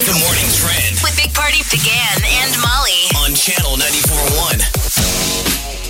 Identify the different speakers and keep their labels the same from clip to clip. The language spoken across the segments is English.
Speaker 1: The morning trend
Speaker 2: with Big Party began and Molly.
Speaker 1: on channel 94.1.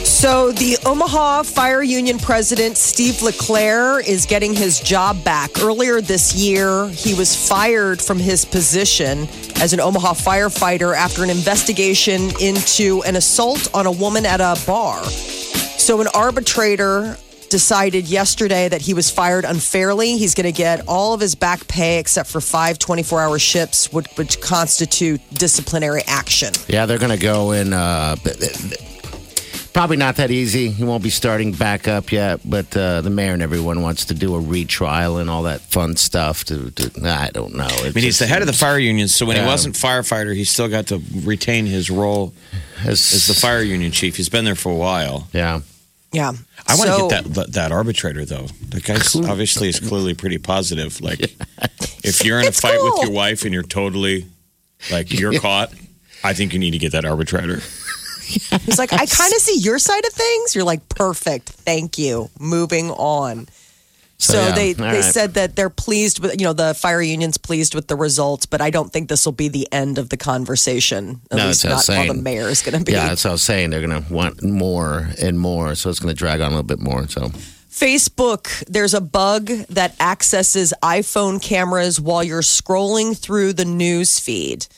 Speaker 3: So, the Omaha Fire Union president, Steve LeClaire, is getting his job back. Earlier this year, he was fired from his position as an Omaha firefighter after an investigation into an assault on a woman at a bar. So, an arbitrator decided yesterday that he was fired unfairly. He's going to get all of his back pay except for five 24 hour shifts, which, which constitute disciplinary action.
Speaker 4: Yeah, they're going to go in. Uh, b- b- b- probably not that easy. He won't be starting back up yet, but uh, the mayor and everyone wants to do a retrial and all that fun stuff. To, to I don't know.
Speaker 5: I mean, he's the head of the fire union, so when he
Speaker 4: Yeah.
Speaker 5: wasn't firefighter, he still got to retain his role as the fire union chief. He's been there for a while.
Speaker 4: Yeah.
Speaker 3: Yeah.
Speaker 5: I want to
Speaker 3: So-
Speaker 5: get that- that that arbitrator though. The guy obviously is clearly pretty positive. Like, if you're in
Speaker 3: It's
Speaker 5: a fight
Speaker 3: cool.
Speaker 5: with your wife and you're totally like you're caught, I think you need to get that arbitrator.
Speaker 3: He's like, I kind of see your side of things. You're like, perfect. Thank you. Moving on. So,
Speaker 4: So, yeah.
Speaker 3: they,
Speaker 4: All
Speaker 3: they
Speaker 4: right.
Speaker 3: said that they're pleased with, you know, the fire union's pleased with the results, but I don't think this will be the end of the conversation. At
Speaker 4: No,
Speaker 3: least
Speaker 4: it's
Speaker 3: not while the
Speaker 4: insane.
Speaker 3: mayor is going to be.
Speaker 4: Yeah, that's what I was saying. They're going to want more and more, so it's going to drag on a little bit more. So
Speaker 3: Facebook, there's a bug that accesses iPhone cameras while you're scrolling through the news feed.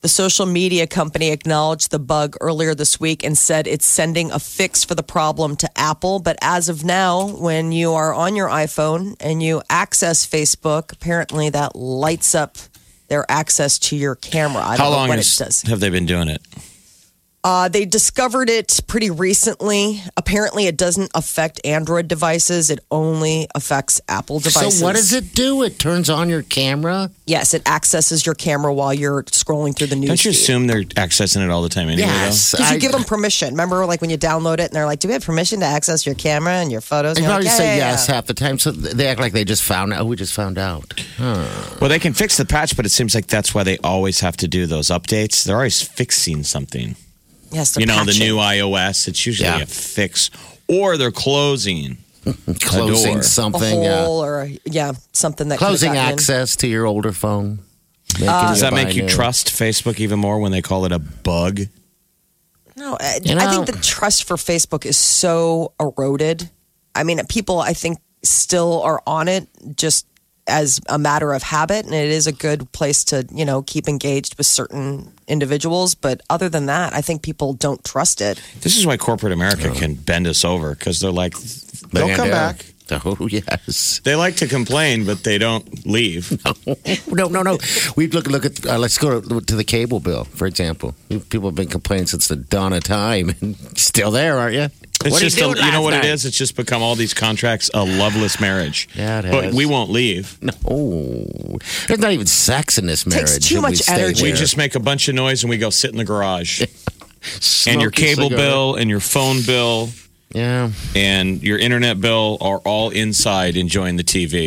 Speaker 3: The social media company acknowledged the bug earlier this week and said it's sending a fix for the problem to Apple. But as of now, when you are on your iPhone and you access Facebook, apparently that lights up their access to your camera. I don't
Speaker 5: How
Speaker 3: know
Speaker 5: long
Speaker 3: what
Speaker 5: has-
Speaker 3: it does.
Speaker 5: have they been doing it?
Speaker 3: Uh, they discovered it pretty recently. Apparently, it doesn't affect Android devices. It only affects Apple devices.
Speaker 4: so what does it do? It turns on your camera?
Speaker 3: Yes, it accesses your camera while you're scrolling through the news.
Speaker 5: Don't you
Speaker 3: feed.
Speaker 5: assume they're accessing it all the time anyway?
Speaker 4: Yes.
Speaker 3: Because you
Speaker 4: I-
Speaker 3: give them permission. Remember, like when you download it, and they're like, "Do we have permission to access your camera and your photos?"
Speaker 4: They
Speaker 3: And you're
Speaker 4: probably
Speaker 3: like,
Speaker 4: say
Speaker 3: "Yeah, yeah,
Speaker 4: yes
Speaker 3: yeah."
Speaker 4: half the time, so they act like they just found out. Oh, we just found out.
Speaker 5: Though? Well, they can fix the patch, but it seems like that's why they always have to do those updates. They're always fixing something.
Speaker 3: Yes, they're
Speaker 5: you know, the
Speaker 3: patching.
Speaker 5: new iOS. It's usually
Speaker 4: Yeah.
Speaker 5: a fix, or they're closing.
Speaker 4: Closing
Speaker 5: door.
Speaker 3: a
Speaker 4: something. yeah.
Speaker 3: hole or a- yeah, something that could've
Speaker 4: Closing
Speaker 3: gotten in. Uh,
Speaker 4: access to your older phone. Making
Speaker 5: Does
Speaker 4: you
Speaker 5: that
Speaker 4: buy
Speaker 5: make you
Speaker 4: new.
Speaker 5: trust Facebook even more when they call it a bug?
Speaker 3: No, I,
Speaker 4: You
Speaker 3: I
Speaker 4: know-
Speaker 3: think the trust for Facebook is so eroded. I mean, people, I think, still are on it just as a matter of habit, and it is a good place to, you know, keep engaged with certain individuals. But other than that, I think people don't trust it.
Speaker 5: This is why corporate America can bend us over because they're like, they'll
Speaker 4: Man,
Speaker 5: come
Speaker 4: yeah.
Speaker 5: back.
Speaker 4: Oh yes.
Speaker 5: They like to complain, but they don't leave.
Speaker 4: No, no, no. We look look at. Uh, let's go to, to the cable bill, for example. People have been complaining since the dawn of time, and still there, aren't you?
Speaker 5: It's
Speaker 4: What'd
Speaker 5: just, a,
Speaker 4: do
Speaker 5: you
Speaker 4: last
Speaker 5: know what it
Speaker 4: night?
Speaker 5: is? It's just become all these contracts a loveless marriage.
Speaker 4: Yeah, it
Speaker 5: But
Speaker 4: has.
Speaker 5: we won't leave.
Speaker 4: No, Oh. there's not even sex in this marriage.
Speaker 3: Takes too
Speaker 4: Should
Speaker 3: much
Speaker 4: stay
Speaker 3: energy.
Speaker 5: We
Speaker 4: there?
Speaker 5: just make a bunch of noise and we go sit in the garage.
Speaker 4: Smoke
Speaker 5: and your
Speaker 4: a
Speaker 5: cable
Speaker 4: cigarette.
Speaker 5: bill and your phone bill
Speaker 4: Yeah.
Speaker 5: and your internet bill are all inside enjoying the TV.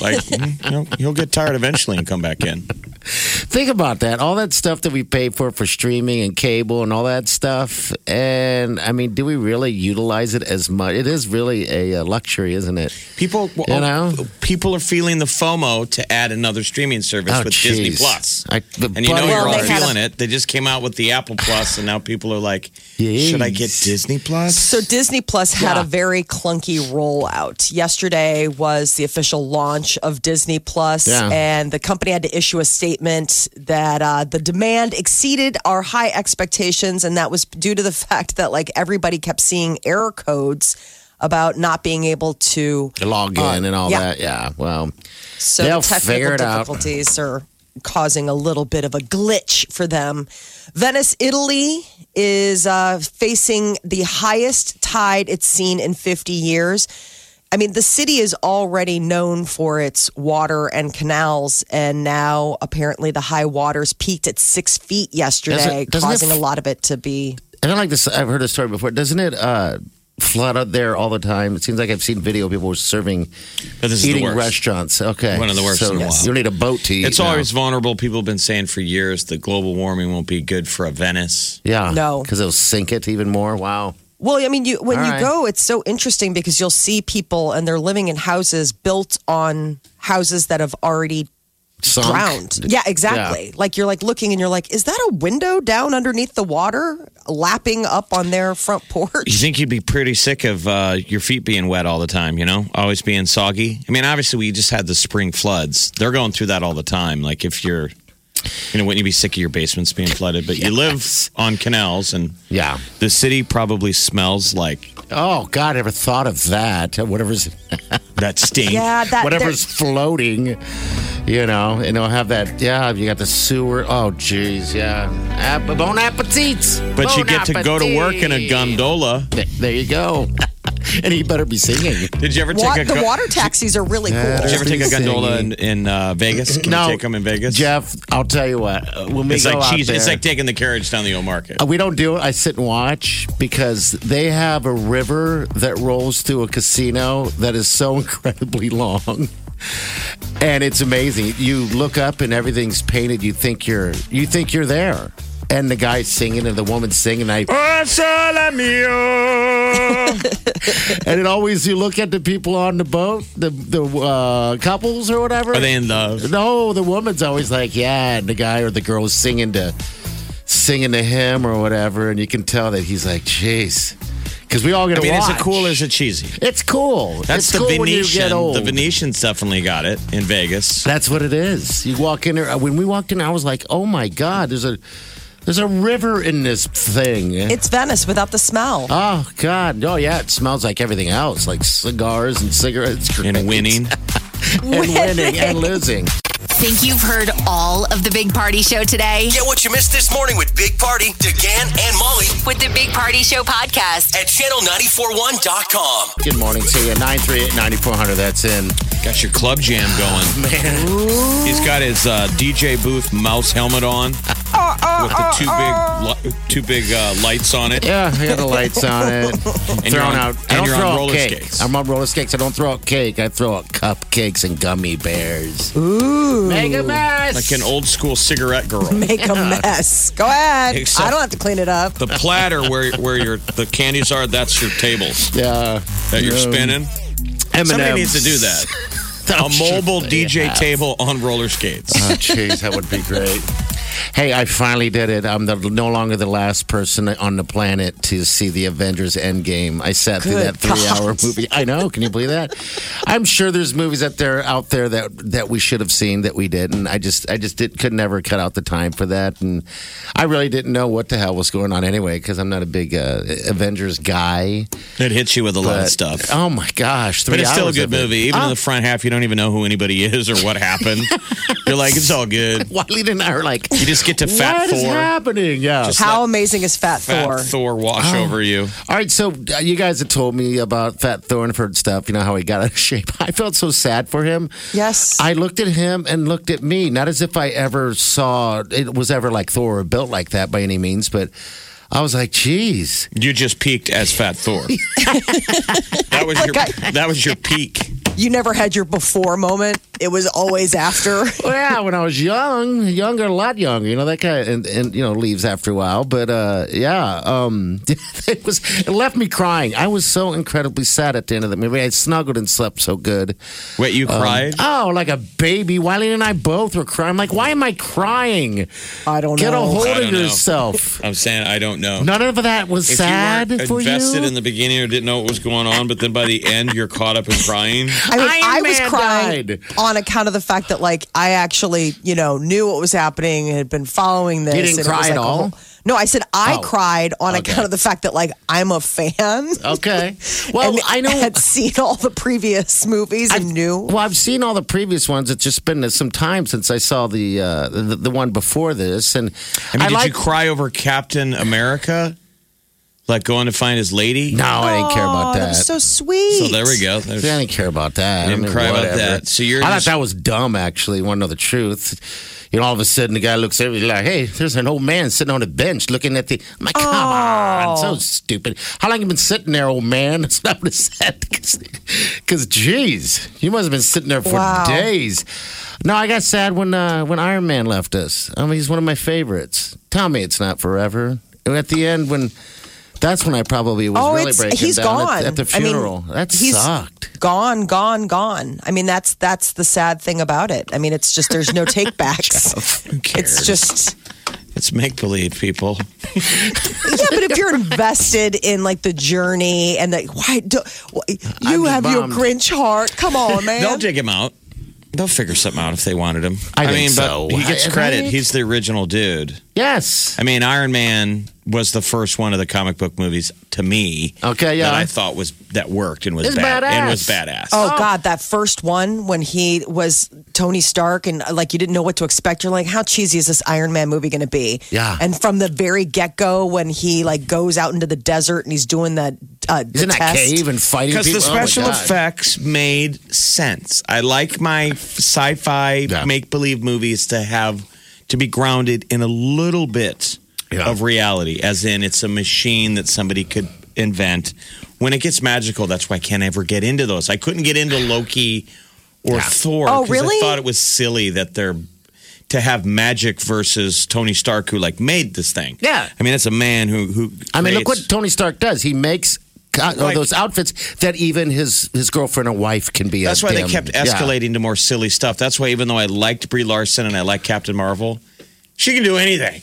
Speaker 5: like, mm, you know, you'll get tired eventually and come back in.
Speaker 4: Think about that. All that stuff that we pay for for streaming and cable and all that stuff. And I mean, do we really utilize it as much? It is really a uh, luxury, isn't it?
Speaker 5: People, oh,
Speaker 4: You know?
Speaker 5: people are feeling the FOMO to add another streaming service
Speaker 4: Oh,
Speaker 5: with Disney
Speaker 4: jeez.
Speaker 5: Plus.
Speaker 4: I- the
Speaker 5: and you know
Speaker 4: buddy
Speaker 5: you're all
Speaker 3: Well, they had
Speaker 5: feeling it. They just came out with the Apple Plus, and now people are like,
Speaker 4: Yes.
Speaker 5: "Should I get Disney Plus?"
Speaker 3: So Disney Plus had
Speaker 4: Yeah.
Speaker 3: a very clunky rollout. Yesterday was the official launch of Disney Plus,
Speaker 4: Yeah.
Speaker 3: and the company had to issue a statement that uh, the demand exceeded our high expectations, and that was due to the fact that like everybody kept seeing error codes about not being able to.
Speaker 4: Log in
Speaker 5: Uh,
Speaker 4: and all
Speaker 3: yeah.
Speaker 4: that. Yeah. Well,
Speaker 3: So
Speaker 4: They'll
Speaker 3: the technical
Speaker 4: figure it out.
Speaker 3: difficulties are causing a little bit of a glitch for them. Venice, Italy is uh, facing the highest tide it's seen in 50 years. I mean, the city is already known for its water and canals, and now apparently the high waters peaked at six feet yesterday,
Speaker 4: Doesn't- doesn't it
Speaker 3: causing
Speaker 4: f-
Speaker 3: a lot of it to be.
Speaker 4: And I like this. I've heard a story before. Doesn't it uh, flood out there all the time? It seems like I've seen video of people serving
Speaker 5: But Oh, this is the
Speaker 4: eating
Speaker 5: worst.
Speaker 4: restaurants. Okay,
Speaker 5: One of the worst
Speaker 4: So
Speaker 5: in a while.
Speaker 4: You need a boat to eat.
Speaker 5: It's
Speaker 4: now.
Speaker 5: always vulnerable. People have been saying for years that global warming won't be good for a Venice.
Speaker 4: yeah,
Speaker 3: No.
Speaker 4: because it'll sink it even more. Wow.
Speaker 3: Well, I mean, you, when
Speaker 4: All
Speaker 3: you
Speaker 4: right.
Speaker 3: go, it's so interesting because you'll see people and they're living in houses built on houses that have already
Speaker 4: Sunk.
Speaker 3: drowned. Yeah, exactly. Like you're like looking and you're like, is that a window down underneath the water lapping up on their front
Speaker 5: You
Speaker 3: porch?
Speaker 5: think you'd be pretty sick of uh, your feet being wet all the time, you know, always being soggy. I mean, obviously, we just had the spring floods. They're going through that all the time. Like, if you're, you know, wouldn't you be sick of your basements being flooded? But you live on canals, and
Speaker 4: Yeah.
Speaker 5: the city probably smells like
Speaker 4: Oh God, I never thought of that. Whatever's
Speaker 5: that stink.
Speaker 3: Yeah, Uh, that
Speaker 4: whatever's floating, you know, and it'll have that. Yeah, you got the sewer. Oh, jeez, yeah. App- Bon appetit.
Speaker 5: But you
Speaker 4: Bon
Speaker 5: get to go to work in a
Speaker 4: appetit.
Speaker 5: gondola.
Speaker 4: Th- There you go. and he better be singing.
Speaker 5: Did you ever
Speaker 3: Wa-
Speaker 5: take a
Speaker 3: the
Speaker 5: go-
Speaker 3: water taxis are really cool.
Speaker 5: Did you ever take a gondola in, in uh, Vegas? Can
Speaker 4: no,
Speaker 5: you take them in Vegas?
Speaker 4: Jeff, I'll tell you what. uh, When we
Speaker 5: It's
Speaker 4: go
Speaker 5: like
Speaker 4: out
Speaker 5: cheese.
Speaker 4: there,
Speaker 5: It's like taking the carriage down the old market.
Speaker 4: Uh, we don't do it. I sit and watch because they have a river that rolls through a casino that is so incredibly long. And it's amazing. You look up and everything's painted. You think you're you think you're there. And the guy's singing and the woman's singing. I and it always you look at the people on the boat, the the uh, couples or whatever.
Speaker 5: Are they in love?
Speaker 4: No, the woman's always like, yeah, and the guy or the girl is singing to singing to him or whatever, and you can tell that he's like, jeez, because we all get
Speaker 5: I
Speaker 4: to
Speaker 5: mean,
Speaker 4: watch.
Speaker 5: it's as cool as a cheesy.
Speaker 4: It's cool.
Speaker 5: That's
Speaker 4: it's
Speaker 5: the
Speaker 4: cool
Speaker 5: Venetian.
Speaker 4: when you get old.
Speaker 5: The Venetians definitely got it in Vegas.
Speaker 4: That's what it is. You walk in there. uh, When we walked in, I was like, oh my god, there's a there's a river in this thing.
Speaker 3: It's Venice without the smell.
Speaker 4: Oh God! Oh yeah, it smells like everything else, like cigars and cigarettes
Speaker 5: And winning.
Speaker 4: and winning and losing.
Speaker 2: Think you've heard all of the Big Party Show today?
Speaker 1: Get what you missed this morning with Big Party, DeGan, and Molly
Speaker 2: With the Big Party Show podcast.
Speaker 1: at channel941.com.
Speaker 4: Good morning to you. Nine three eight ninety four hundred. That's in.
Speaker 5: Got your club jam going. He's got his uh, DJ booth mouse helmet on with the two big li- two big uh, lights on it.
Speaker 4: Yeah, I got the lights on it.
Speaker 5: And you're
Speaker 4: Throwing
Speaker 5: on-
Speaker 4: out.
Speaker 5: and
Speaker 4: I don't
Speaker 5: you're on
Speaker 4: throw out
Speaker 5: roller
Speaker 4: cake.
Speaker 5: skates.
Speaker 4: I'm on roller skates. I don't throw out cake. I throw out cupcakes and gummy bears. Ooh, make a mess.
Speaker 5: Like an old school cigarette girl.
Speaker 3: Make a mess. Go ahead.
Speaker 5: Except-
Speaker 3: I don't have to clean it up.
Speaker 5: The platter where where your the candies are, that's your tables
Speaker 4: yeah,
Speaker 5: that you're spinning.
Speaker 4: M&Ms.
Speaker 5: Somebody needs to do that.
Speaker 4: Oh,
Speaker 5: A mobile
Speaker 4: sure.
Speaker 5: DJ
Speaker 4: Yeah.
Speaker 5: table on roller skates.
Speaker 4: Oh, jeez, that would be great. Hey, I finally did it. I'm the, no longer the last person on the planet to see the Avengers Endgame. I sat through that
Speaker 3: Good God.
Speaker 4: three-hour movie. I know. Can you believe that? I'm sure there's movies that there out there that that we should have seen that we didn't. I just I just did, could never cut out the time for that, and I really didn't know what the hell was going on anyway because I'm not a big uh, Avengers guy.
Speaker 5: It hits you with a lot of
Speaker 4: But-
Speaker 5: stuff.
Speaker 4: Oh my gosh, three
Speaker 5: But it's still a
Speaker 4: hours
Speaker 5: good
Speaker 4: of it.
Speaker 5: movie. Even
Speaker 4: Oh.
Speaker 5: in the front half, you don't even know who anybody is or what happened. You're like, it's all good.
Speaker 4: Wiley and I are like,
Speaker 5: You just get to Fat
Speaker 4: what is
Speaker 5: Thor.
Speaker 4: happening? Yeah.
Speaker 3: How amazing is Fat,
Speaker 5: Fat
Speaker 3: Thor?
Speaker 5: Thor, wash
Speaker 4: Oh.
Speaker 5: over you.
Speaker 4: All right, so uh, you guys have told me about Fat Thornford stuff. You know how he got out of shape. I felt so sad for him.
Speaker 3: Yes.
Speaker 4: I looked at him and looked at me, not as if I ever saw it was ever like Thor or built like that by any means, but I was like, "Geez,
Speaker 5: You just peaked as Fat Thor. that was your that was your peak.
Speaker 3: you never had your before moment. It was always after.
Speaker 4: well, yeah." When I was young, younger, a lot younger, you know that guy, and, and you know leaves after a while, but uh, yeah, um, it was it left me crying. I was so incredibly sad at the end of the movie. I snuggled and slept so good.
Speaker 5: Wait, you cried?
Speaker 4: Oh, like a baby. Wiley and I both were crying. I'm like, why am I crying?
Speaker 3: I don't
Speaker 4: Get a
Speaker 3: know.
Speaker 4: hold
Speaker 5: I
Speaker 4: of
Speaker 5: don't know.
Speaker 4: yourself.
Speaker 5: I'm saying I don't know.
Speaker 4: None of that was
Speaker 5: if
Speaker 4: sad
Speaker 5: you weren't
Speaker 4: for you.
Speaker 5: invested in the beginning or didn't know what was going on, but then by the end you're caught up in crying.
Speaker 3: I mean,
Speaker 4: Iron
Speaker 3: I was
Speaker 4: Man
Speaker 3: crying
Speaker 4: died.
Speaker 3: on account of the fact that, like, I actually, you know, knew what was happening and had been following this.
Speaker 4: You
Speaker 3: and
Speaker 4: didn't
Speaker 3: it was
Speaker 4: cry
Speaker 3: like
Speaker 4: at
Speaker 3: a
Speaker 4: all?
Speaker 3: whole- no, I said I
Speaker 4: Oh.
Speaker 3: cried on
Speaker 4: Okay.
Speaker 3: account of the fact that, like, I'm a fan.
Speaker 4: okay. Well,
Speaker 3: and
Speaker 4: I know.
Speaker 3: had seen all the previous movies and knew.
Speaker 4: Well, I've seen all the previous ones. It's just been some time since I saw the uh, the, the one before this, and
Speaker 5: I mean, did
Speaker 4: like
Speaker 5: you cry over Captain America? Like going to find his lady.
Speaker 4: No, I didn't care about
Speaker 3: Oh,
Speaker 4: that.
Speaker 3: that was so sweet.
Speaker 5: So there we go. There's-
Speaker 4: I didn't care about that.
Speaker 5: You didn't
Speaker 4: I mean,
Speaker 5: cry about
Speaker 4: whatever.
Speaker 5: that. So you're
Speaker 4: I
Speaker 5: just-
Speaker 4: thought that was dumb. Actually, you want to know the truth? You know, all of a sudden the guy looks at me like, "Hey, there's an old man sitting on a bench looking at the." I'm like, "Come on,
Speaker 3: Oh.
Speaker 4: so stupid. How long you been sitting there, old man?" That's not what I said. Because, geez, you must have been sitting there for
Speaker 3: Wow.
Speaker 4: days. No, I got sad when uh, when Iron Man left us. I mean, he's one of my favorites. Tell me it's not forever. And at the end, when that's when I probably was
Speaker 3: Oh,
Speaker 4: really
Speaker 3: it's-
Speaker 4: breaking
Speaker 3: he's
Speaker 4: down at-
Speaker 3: gone.
Speaker 4: At, the
Speaker 3: I mean,
Speaker 4: funeral. that
Speaker 3: he's-
Speaker 4: sucked.
Speaker 3: Gone, gone, gone. I mean, that's that's the sad thing about it. I mean, it's just there's no take backs.
Speaker 5: Who cares?
Speaker 3: it's just
Speaker 5: it's make believe, people.
Speaker 3: yeah, but if you're invested in like the journey and that why do you
Speaker 4: I'm
Speaker 3: have your
Speaker 4: bummed.
Speaker 3: Grinch heart? Come on, man.
Speaker 5: They'll dig him out. They'll figure something out if they wanted him.
Speaker 4: I think
Speaker 5: mean,
Speaker 4: so.
Speaker 5: but he gets
Speaker 4: I-
Speaker 5: credit.
Speaker 4: right?
Speaker 5: He's the original dude.
Speaker 4: Yes.
Speaker 5: I mean, Iron Man was the first one of the comic book movies to me.
Speaker 4: Okay, yeah.
Speaker 5: That I thought was that worked and was
Speaker 4: It's
Speaker 5: bad and
Speaker 4: badass.
Speaker 5: was badass.
Speaker 3: Oh, God, that first one when he was Tony Stark and uh, like you didn't know what to expect. You're like, how cheesy is this Iron Man movie going to be?
Speaker 4: Yeah.
Speaker 3: And from the very get go, when he like goes out into the desert and he's doing that, uh,
Speaker 4: He's
Speaker 3: the
Speaker 4: in that
Speaker 3: test.
Speaker 4: cave and fighting
Speaker 5: Because
Speaker 4: people.
Speaker 5: the
Speaker 4: Oh, my
Speaker 5: special
Speaker 4: God.
Speaker 5: effects made sense. I like my sci fi
Speaker 4: Yeah.
Speaker 5: make believe movies to have to be grounded in a little bit
Speaker 4: Yeah.
Speaker 5: of reality, as in it's a machine that somebody could invent. When it gets magical, that's why I can't ever get into those. I couldn't get into Loki or Thor
Speaker 3: Oh,
Speaker 5: 'cause
Speaker 3: really?
Speaker 5: I thought it was silly that they're to have magic versus Tony Stark who like made this thing.
Speaker 4: Yeah.
Speaker 5: I mean it's a man who who
Speaker 4: I mean, look what
Speaker 5: creates-
Speaker 4: Tony Stark does. He makes co- uh,
Speaker 5: Right.
Speaker 4: those outfits that even his his girlfriend or wife can be. a
Speaker 5: That's why they
Speaker 4: damn-
Speaker 5: kept
Speaker 4: yeah.
Speaker 5: escalating to more silly stuff. That's why even though I liked Brie Larson and I like Captain Marvel, she can do anything.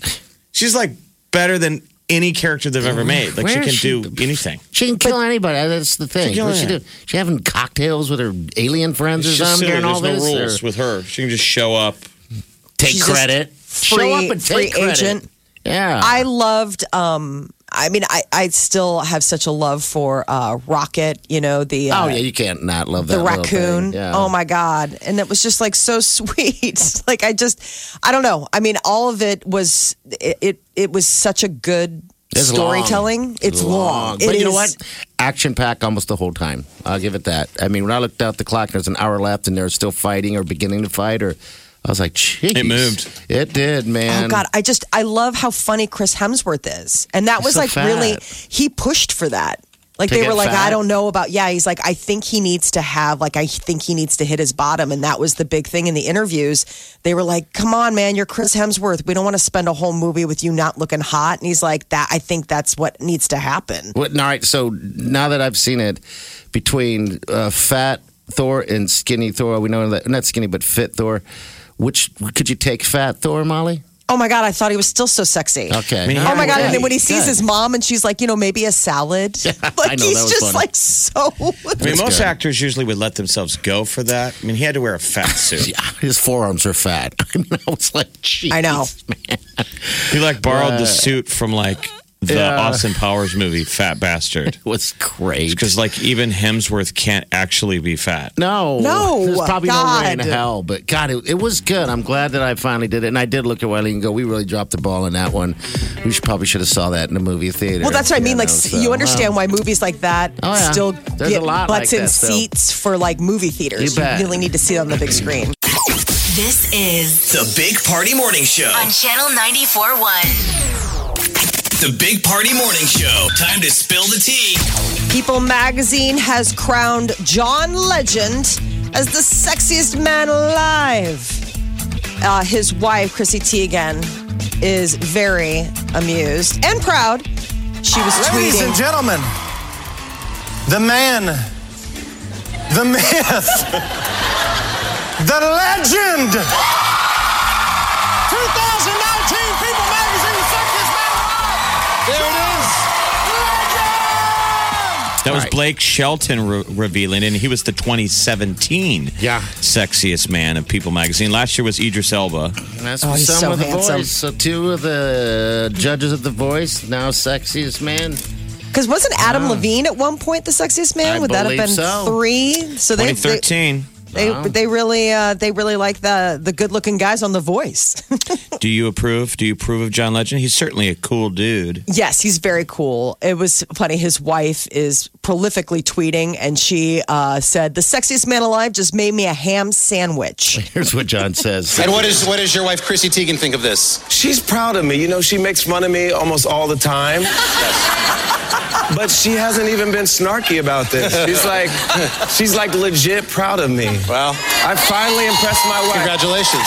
Speaker 5: She's like better than any character they've ever made. Like
Speaker 4: Where
Speaker 5: she can
Speaker 4: is she?
Speaker 5: do anything.
Speaker 4: She can kill anybody. That's the thing.
Speaker 5: She can kill
Speaker 4: What's she do?
Speaker 5: anyone.
Speaker 4: She having cocktails with her alien friends or
Speaker 5: It's just
Speaker 4: something
Speaker 5: silly.
Speaker 4: during all
Speaker 5: There's no
Speaker 4: this. or
Speaker 5: rules with her. She can just show up.
Speaker 4: take
Speaker 3: She's just
Speaker 4: credit. Show
Speaker 3: free-
Speaker 4: up and
Speaker 3: free
Speaker 4: take credit.
Speaker 3: agent.
Speaker 4: Yeah.
Speaker 3: I loved. um I mean, I, I still have such a love for uh, Rocket. You know the uh,
Speaker 4: oh yeah, you can't not love that
Speaker 3: the
Speaker 4: little thing.
Speaker 3: raccoon.
Speaker 4: Yeah.
Speaker 3: Oh my god! And it was just like so sweet. like I just, I don't know. I mean, all of it was it. It, it was such a good
Speaker 4: It's
Speaker 3: storytelling.
Speaker 4: long.
Speaker 3: It's long.
Speaker 4: But
Speaker 3: It
Speaker 4: you know
Speaker 3: is-
Speaker 4: what? Action packed almost the whole time. I'll give it that. I mean, when I looked out the clock, there's an hour left, and they're still fighting or beginning to fight. Or I was like, "Jeez,
Speaker 5: It moved.
Speaker 4: It did, man.
Speaker 3: Oh God, I just I love how funny Chris Hemsworth is, and that was
Speaker 4: He's so
Speaker 3: like really
Speaker 4: fat.
Speaker 3: he pushed for that. Like
Speaker 4: To
Speaker 3: they
Speaker 4: get
Speaker 3: were like,
Speaker 4: fat?
Speaker 3: I don't know about yeah. He's like, I think he needs to have like I think he needs to hit his bottom, and that was the big thing in the interviews. They were like, Come on, man, you're Chris Hemsworth. We don't want to spend a whole movie with you not looking hot. And he's like, That I think that's what needs to happen.
Speaker 4: What, all right, so now that I've seen it, between uh, fat Thor and skinny Thor, we know that not skinny but fit Thor. Which could you take fat Thor, Molly?
Speaker 3: Oh my God, I thought he was still so sexy.
Speaker 4: Okay.
Speaker 5: mean,
Speaker 3: Oh my God!
Speaker 4: Okay.
Speaker 3: And then when he sees
Speaker 4: Good.
Speaker 3: his mom, and she's like, you know, maybe a salad.
Speaker 4: I
Speaker 3: like
Speaker 4: know, that
Speaker 3: he's
Speaker 4: was
Speaker 3: just
Speaker 4: funny.
Speaker 3: like so.
Speaker 5: I mean,
Speaker 4: That's
Speaker 5: most
Speaker 4: good.
Speaker 5: actors usually would let themselves go for that. I mean, he had to wear a fat suit.
Speaker 4: Yeah, his forearms are fat. I mean, I was like, "Jeez."
Speaker 3: I know.
Speaker 5: He like borrowed the suit from like the
Speaker 4: Yeah.
Speaker 5: Austin Powers movie, Fat Bastard.
Speaker 4: It was great.
Speaker 5: Because like even Hemsworth can't actually be fat.
Speaker 4: No,
Speaker 3: No,
Speaker 4: There's probably no way in
Speaker 3: God.
Speaker 4: hell. But God, it, it was good. I'm glad that I finally did it, and I did look at Wiley and go, "We really dropped the ball on that one. We should, probably should have saw that in the movie theater."
Speaker 3: Well, that's what I mean. Like,
Speaker 4: know, so,
Speaker 3: you understand
Speaker 4: well,
Speaker 3: why movies like that
Speaker 4: Oh, yeah.
Speaker 3: still
Speaker 4: There's
Speaker 3: get
Speaker 4: a lot
Speaker 3: butts
Speaker 4: like
Speaker 3: in
Speaker 4: that still.
Speaker 3: seats for like movie
Speaker 4: You
Speaker 3: theaters.
Speaker 4: bet.
Speaker 3: really need to see it on the big screen.
Speaker 2: This is
Speaker 1: The Big Party Morning Show.
Speaker 2: on Channel 94.1.
Speaker 1: The Big Party Morning Show. Time to spill the tea.
Speaker 3: People magazine has crowned John Legend as the sexiest man alive. Uh, his wife, Chrissy Teigen, is very amused and proud. She was
Speaker 6: Ladies and
Speaker 3: tweeting.
Speaker 6: gentlemen, the man, the myth, the legend. 2019 People Magazine Sexiest Man Alive. There it is. Legend.
Speaker 5: That was
Speaker 4: Right.
Speaker 5: Blake Shelton re- revealing, and he was the 2017
Speaker 4: Yeah.
Speaker 5: sexiest man of People magazine. Last year was Idris Elba.
Speaker 4: that's
Speaker 3: Oh,
Speaker 4: for
Speaker 3: he's
Speaker 4: some
Speaker 3: so
Speaker 4: of the
Speaker 3: handsome.
Speaker 4: voice. So two of the judges of the voice now sexiest man.
Speaker 3: Because wasn't Adam Levine at one point the sexiest man?
Speaker 4: I
Speaker 3: Would that have
Speaker 4: believe
Speaker 3: been
Speaker 4: so.
Speaker 3: three? So they, they
Speaker 5: 2013.
Speaker 3: They they really uh, they really like the the good looking guys on The Voice.
Speaker 5: Do you approve? Do you approve of John Legend? He's certainly a cool dude.
Speaker 3: Yes, he's very cool. It was funny. His wife is prolifically tweeting, and she uh, said, "The sexiest man alive just made me a ham sandwich."
Speaker 4: Here's what John says.
Speaker 7: And what is what does your wife Chrissy Teigen think of this?
Speaker 8: She's proud of me. You know, she makes fun of me almost all the time. But she hasn't even been snarky about this. She's like, she's like legit proud of me.
Speaker 7: Well,
Speaker 8: I finally impressed my wife.
Speaker 7: congratulations.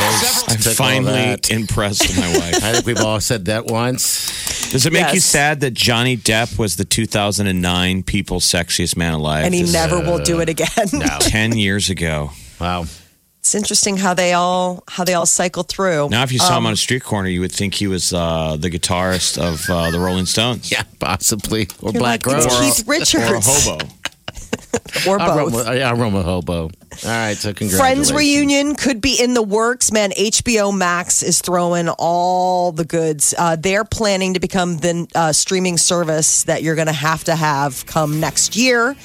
Speaker 5: I'm
Speaker 4: Took all
Speaker 5: finally
Speaker 4: that.
Speaker 5: impressed my wife.
Speaker 4: I think we've all said that once.
Speaker 5: Does it make you
Speaker 3: Yes.
Speaker 5: sad that Johnny Depp was the 2009 People's Sexiest Man Alive?
Speaker 3: And he
Speaker 5: This is uh,
Speaker 3: never will do it again.
Speaker 5: Ten years ago.
Speaker 4: Wow.
Speaker 3: it's interesting how they all how they all cycle through.
Speaker 5: Now, if you
Speaker 3: Um,
Speaker 5: saw him on a street corner, you would think he was uh, the guitarist of uh, the Rolling Stones
Speaker 4: Yeah, possibly. Or
Speaker 3: You're
Speaker 4: Black
Speaker 3: like,
Speaker 4: Rose.
Speaker 3: it's
Speaker 4: Or-
Speaker 3: Keith Richards
Speaker 5: or a hobo.
Speaker 3: or
Speaker 4: I'll run
Speaker 3: both.
Speaker 4: with, yeah, I'll run with Hobo. All right, so congratulations.
Speaker 3: Friends reunion could be in the works. Man, HBO Max is throwing all the goods. Uh, they're planning to become the uh, streaming service that you're going to have to have come next year.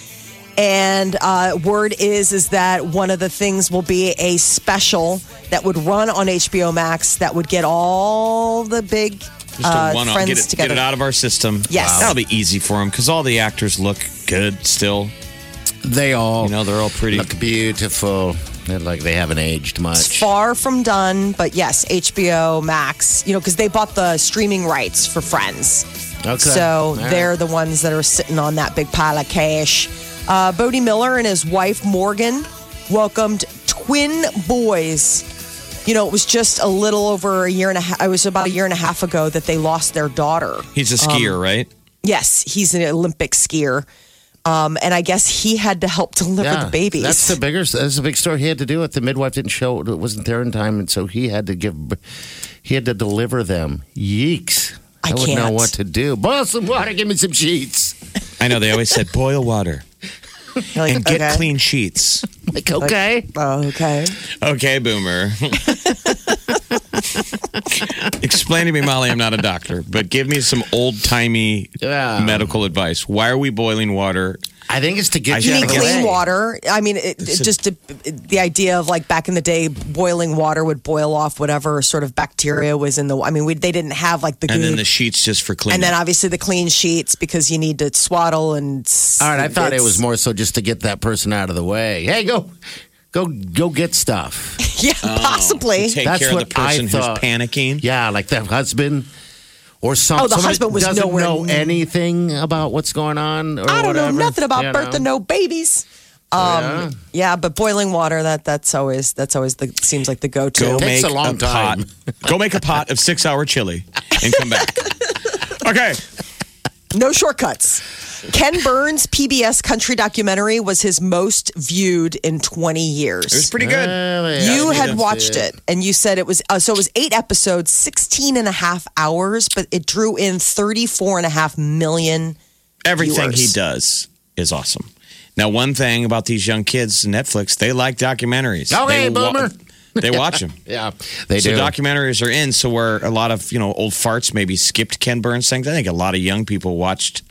Speaker 3: And uh, word is is that one of the things will be a special that would run on HBO Max that would get all the big
Speaker 5: Just a
Speaker 3: uh,
Speaker 5: one-off.
Speaker 3: friends
Speaker 5: Get it,
Speaker 3: together.
Speaker 5: Get it out of our system.
Speaker 3: Yes. Wow.
Speaker 5: That'll be easy for him because all the actors look good still.
Speaker 4: They all
Speaker 5: You know, they're all pretty.
Speaker 4: look beautiful. They're like they haven't aged
Speaker 3: It's
Speaker 4: much.
Speaker 3: far from done, but yes, HBO Max, you know, because they bought the streaming rights for Friends.
Speaker 4: Okay.
Speaker 3: So
Speaker 4: All right.
Speaker 3: they're the ones that are sitting on that big pile of cash. Uh, Bodie Miller and his wife, Morgan, welcomed twin boys. You know, it was just a little over a year and a half, it was about a year and a half ago that they lost their daughter.
Speaker 5: He's a skier,
Speaker 3: um,
Speaker 5: right?
Speaker 3: Yes, he's an Olympic skier. Um, and I guess he had to help deliver the babies.
Speaker 4: That's the bigger. That's the big story. He had to do it. The midwife didn't show. It wasn't there in time, and so he had to give. He had to deliver them. Yeeks!
Speaker 3: I
Speaker 4: wouldn't know
Speaker 3: can't.
Speaker 4: what to do. Boil some water. Give me some sheets.
Speaker 5: I know they always said boil water
Speaker 3: You're like,
Speaker 5: and get
Speaker 3: okay.
Speaker 5: clean sheets.
Speaker 4: Like okay.
Speaker 3: Oh, okay.
Speaker 5: Okay, boomer. Explain to me, Molly, I'm not a doctor, but give me some old timey
Speaker 4: Yeah.
Speaker 5: medical advice. Why are we boiling water?
Speaker 4: I think it's to get
Speaker 5: I
Speaker 4: you
Speaker 3: You
Speaker 5: Yeah,
Speaker 3: need
Speaker 4: out of the
Speaker 3: clean
Speaker 4: way.
Speaker 3: water. I mean, it, it just the idea of like back in the day, boiling water would boil off whatever sort of bacteria was in the. I mean, we, they didn't have like the
Speaker 5: And then
Speaker 3: good-
Speaker 4: Mm.
Speaker 5: the sheets just for cleaning.
Speaker 3: and then obviously the clean sheets because you need to swaddle and. s-
Speaker 4: All right, I thought it
Speaker 3: it's-
Speaker 4: was more so just to get that person out of the way. Hey, go, go, go get stuff.
Speaker 3: Yeah,
Speaker 5: Oh,
Speaker 3: possibly.
Speaker 5: take
Speaker 4: That's
Speaker 5: care of
Speaker 4: what
Speaker 5: the
Speaker 4: I
Speaker 5: person who's
Speaker 4: thought.
Speaker 5: panicking.
Speaker 4: Yeah, like the husband or something.
Speaker 3: Oh, the husband was
Speaker 4: doesn't
Speaker 3: nowhere
Speaker 4: know
Speaker 3: n-
Speaker 4: anything about what's going on. Or
Speaker 3: I don't know
Speaker 4: whatever,
Speaker 3: nothing about
Speaker 4: you
Speaker 3: birth birthing
Speaker 4: know? Oh,
Speaker 3: no babies. Um, yeah. but boiling water that that's always that's always the seems like the go-to.
Speaker 5: Go
Speaker 4: takes
Speaker 5: make
Speaker 4: a long time.
Speaker 5: pot. Go make a pot of six hour chili and come back. Okay.
Speaker 3: No shortcuts. Ken Burns' PBS country documentary was his most viewed in 20 years.
Speaker 5: It was pretty good.
Speaker 4: uh,
Speaker 3: you
Speaker 5: I
Speaker 3: had
Speaker 5: did
Speaker 3: watched it. and you said it was uh, so it was eight episodes 16 and a half hours but it drew in 34 and a half million
Speaker 5: Everything
Speaker 3: viewers.
Speaker 5: he does is awesome. Now, one thing about these young kids, Netflix, they like documentaries.
Speaker 4: Okay,
Speaker 5: they wa-
Speaker 4: boomer.
Speaker 5: they watch them.
Speaker 4: Yeah, they
Speaker 5: so
Speaker 4: do.
Speaker 5: documentaries are in. So where a lot of you know old farts maybe skipped Ken Burns things. I think a lot of young people watched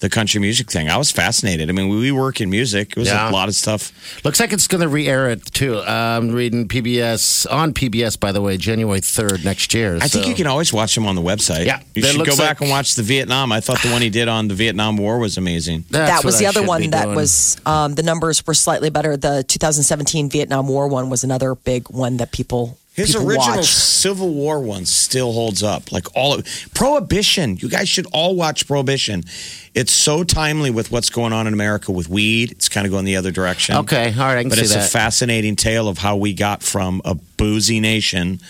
Speaker 5: the country music thing. I was fascinated. I mean, we work in music. It was
Speaker 4: Yeah.
Speaker 5: a lot of stuff.
Speaker 4: Looks like it's going to re-air it too. Uh, I'm reading PBS on PBS, by the way, January third next year.
Speaker 5: I think
Speaker 4: so-
Speaker 5: you can always watch him on the website.
Speaker 4: Yeah.
Speaker 5: you
Speaker 4: That
Speaker 5: should go
Speaker 4: looks
Speaker 5: back
Speaker 4: like-
Speaker 5: and watch the Vietnam. I thought the one he did on the Vietnam War was amazing.
Speaker 4: That's
Speaker 3: that was
Speaker 4: what
Speaker 3: the
Speaker 4: I
Speaker 3: other
Speaker 4: should be
Speaker 3: one that
Speaker 4: doing.
Speaker 3: was um, the numbers were slightly better the 2017 vietnam war one was another big one that people
Speaker 5: His
Speaker 3: people
Speaker 5: original
Speaker 3: watch.
Speaker 5: Civil War one still holds up. Like all of Prohibition. You guys should all watch Prohibition. It's so timely with what's going on in America with weed. It's kind of going the other direction.
Speaker 4: Okay, all right, I can
Speaker 5: but
Speaker 4: see
Speaker 5: it's
Speaker 4: that.
Speaker 5: a fascinating tale of how we got from a boozy nation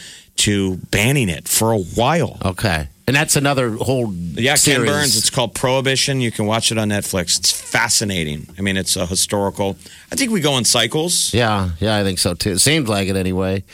Speaker 5: to banning it for a while.
Speaker 4: okay, and that's another whole
Speaker 5: Yeah, Ken
Speaker 4: series.
Speaker 5: Burns. It's called Prohibition. You can watch it on Netflix. It's fascinating. I mean, it's a historical. I think we go in cycles.
Speaker 4: yeah, yeah, I think so too. Seems like it anyway.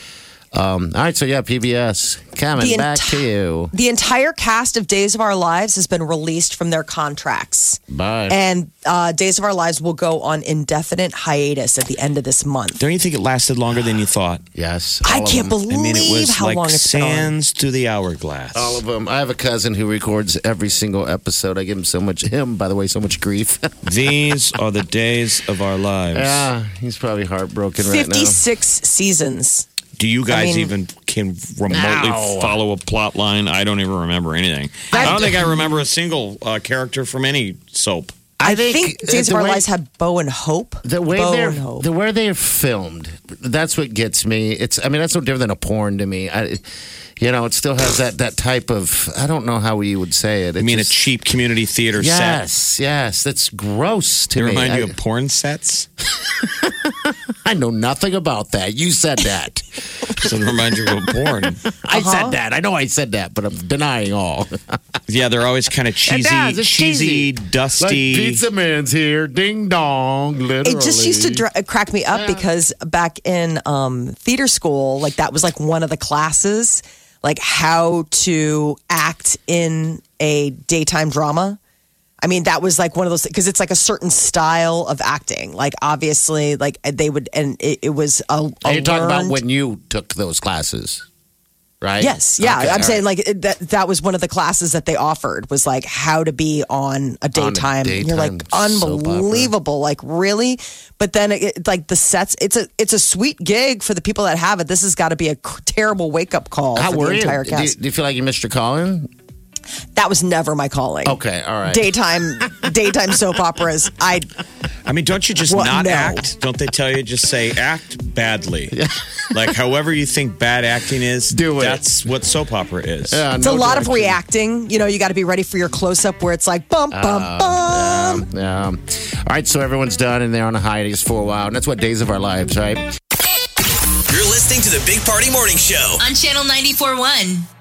Speaker 4: Um, all right, so yeah, PBS Coming
Speaker 3: The
Speaker 4: back to
Speaker 3: enti-
Speaker 4: you.
Speaker 3: The entire cast of Days of Our Lives has been released from their contracts.
Speaker 4: Bye.
Speaker 3: And uh, Days of Our Lives will go on indefinite hiatus at the end of this month.
Speaker 5: Don't you think it lasted longer than you thought?
Speaker 4: yes.
Speaker 3: I
Speaker 4: all of
Speaker 3: can't
Speaker 4: them.
Speaker 3: believe
Speaker 5: I mean, it was
Speaker 3: how
Speaker 5: like
Speaker 3: long it's been on.
Speaker 5: sands to the hourglass.
Speaker 4: All of them. I have a cousin who records every single episode. I give him so much him, by the way, so much grief.
Speaker 5: These are the days of our lives.
Speaker 4: yeah, he's probably heartbroken right now.
Speaker 3: 56 seasons.
Speaker 5: Do you
Speaker 3: I
Speaker 5: guys
Speaker 3: mean-
Speaker 5: even can remotely
Speaker 4: Ow.
Speaker 5: follow a plot line? I don't even remember anything. I don't think I remember a single uh, character from any soap.
Speaker 3: I,
Speaker 4: think,
Speaker 3: think,
Speaker 4: uh,
Speaker 3: Days
Speaker 4: the
Speaker 3: of Our
Speaker 4: way-
Speaker 3: Lives had Bo and Hope.
Speaker 4: The way
Speaker 3: Bo
Speaker 4: they're
Speaker 3: and Hope.
Speaker 4: the way they're filmed, that's what gets me. It's I mean that's no different than a porn to me. I, you know, it still has that that type of I don't know how you would say it. It
Speaker 5: I mean,
Speaker 4: just-
Speaker 5: a cheap community theater set.
Speaker 4: Yes, yes, that's gross to
Speaker 5: They
Speaker 4: me.
Speaker 5: remind
Speaker 4: I,
Speaker 5: you of porn sets.
Speaker 4: I know nothing about that. You said that.
Speaker 5: So they remind you of porn.
Speaker 4: I
Speaker 3: Uh-huh.
Speaker 4: said that. I know I said that, but I'm denying all.
Speaker 5: Yeah, they're always kind of cheesy,
Speaker 4: does, it's cheesy.
Speaker 5: cheesy, dusty.
Speaker 4: Man's here, ding dong, literally.
Speaker 3: It just used to dr- crack me up because back in um, theater school, like that was like one of the classes, like how to act in a daytime drama. I mean, that was like one of those because it's like a certain style of acting. Like obviously, like they would, and it, it was a. a
Speaker 4: Are you talking about
Speaker 3: learned-
Speaker 4: when you took those classes, right?
Speaker 3: Yes, yeah.
Speaker 4: Okay,
Speaker 3: I'm
Speaker 4: all
Speaker 3: saying
Speaker 4: right.
Speaker 3: like it- that. That was one of the classes that they offered was like how to be on a daytime. and you're like
Speaker 4: daytime soap opera.
Speaker 3: unbelievable, like really. But then it, it- like the sets, it's a it's a sweet gig for the people that have it. This has got to be a c- terrible wake up call
Speaker 4: How
Speaker 3: for
Speaker 4: were
Speaker 3: the
Speaker 4: you?
Speaker 3: entire
Speaker 4: Do you?
Speaker 3: cast.
Speaker 4: Do you feel like you missed your calling?
Speaker 3: that was never my calling.
Speaker 4: Okay, all right.
Speaker 3: Daytime, daytime soap operas. I
Speaker 5: I mean, don't you just
Speaker 3: Well,
Speaker 5: not
Speaker 3: no.
Speaker 5: act? Don't they tell you just say act badly? like however you think bad acting is,
Speaker 4: Do it.
Speaker 5: That's what soap opera is.
Speaker 4: Yeah,
Speaker 3: it's
Speaker 4: Uh, no
Speaker 3: a lot of
Speaker 4: direction.
Speaker 3: reacting. You know, you got to be ready for your close up where it's like bum bum
Speaker 4: Oh,
Speaker 3: bum.
Speaker 4: Yeah. All right, so everyone's done and they're on a hiatus for a while, and that's what days of our lives, right?
Speaker 1: You're listening to the Big Party Morning Show.
Speaker 2: on Channel 94.1.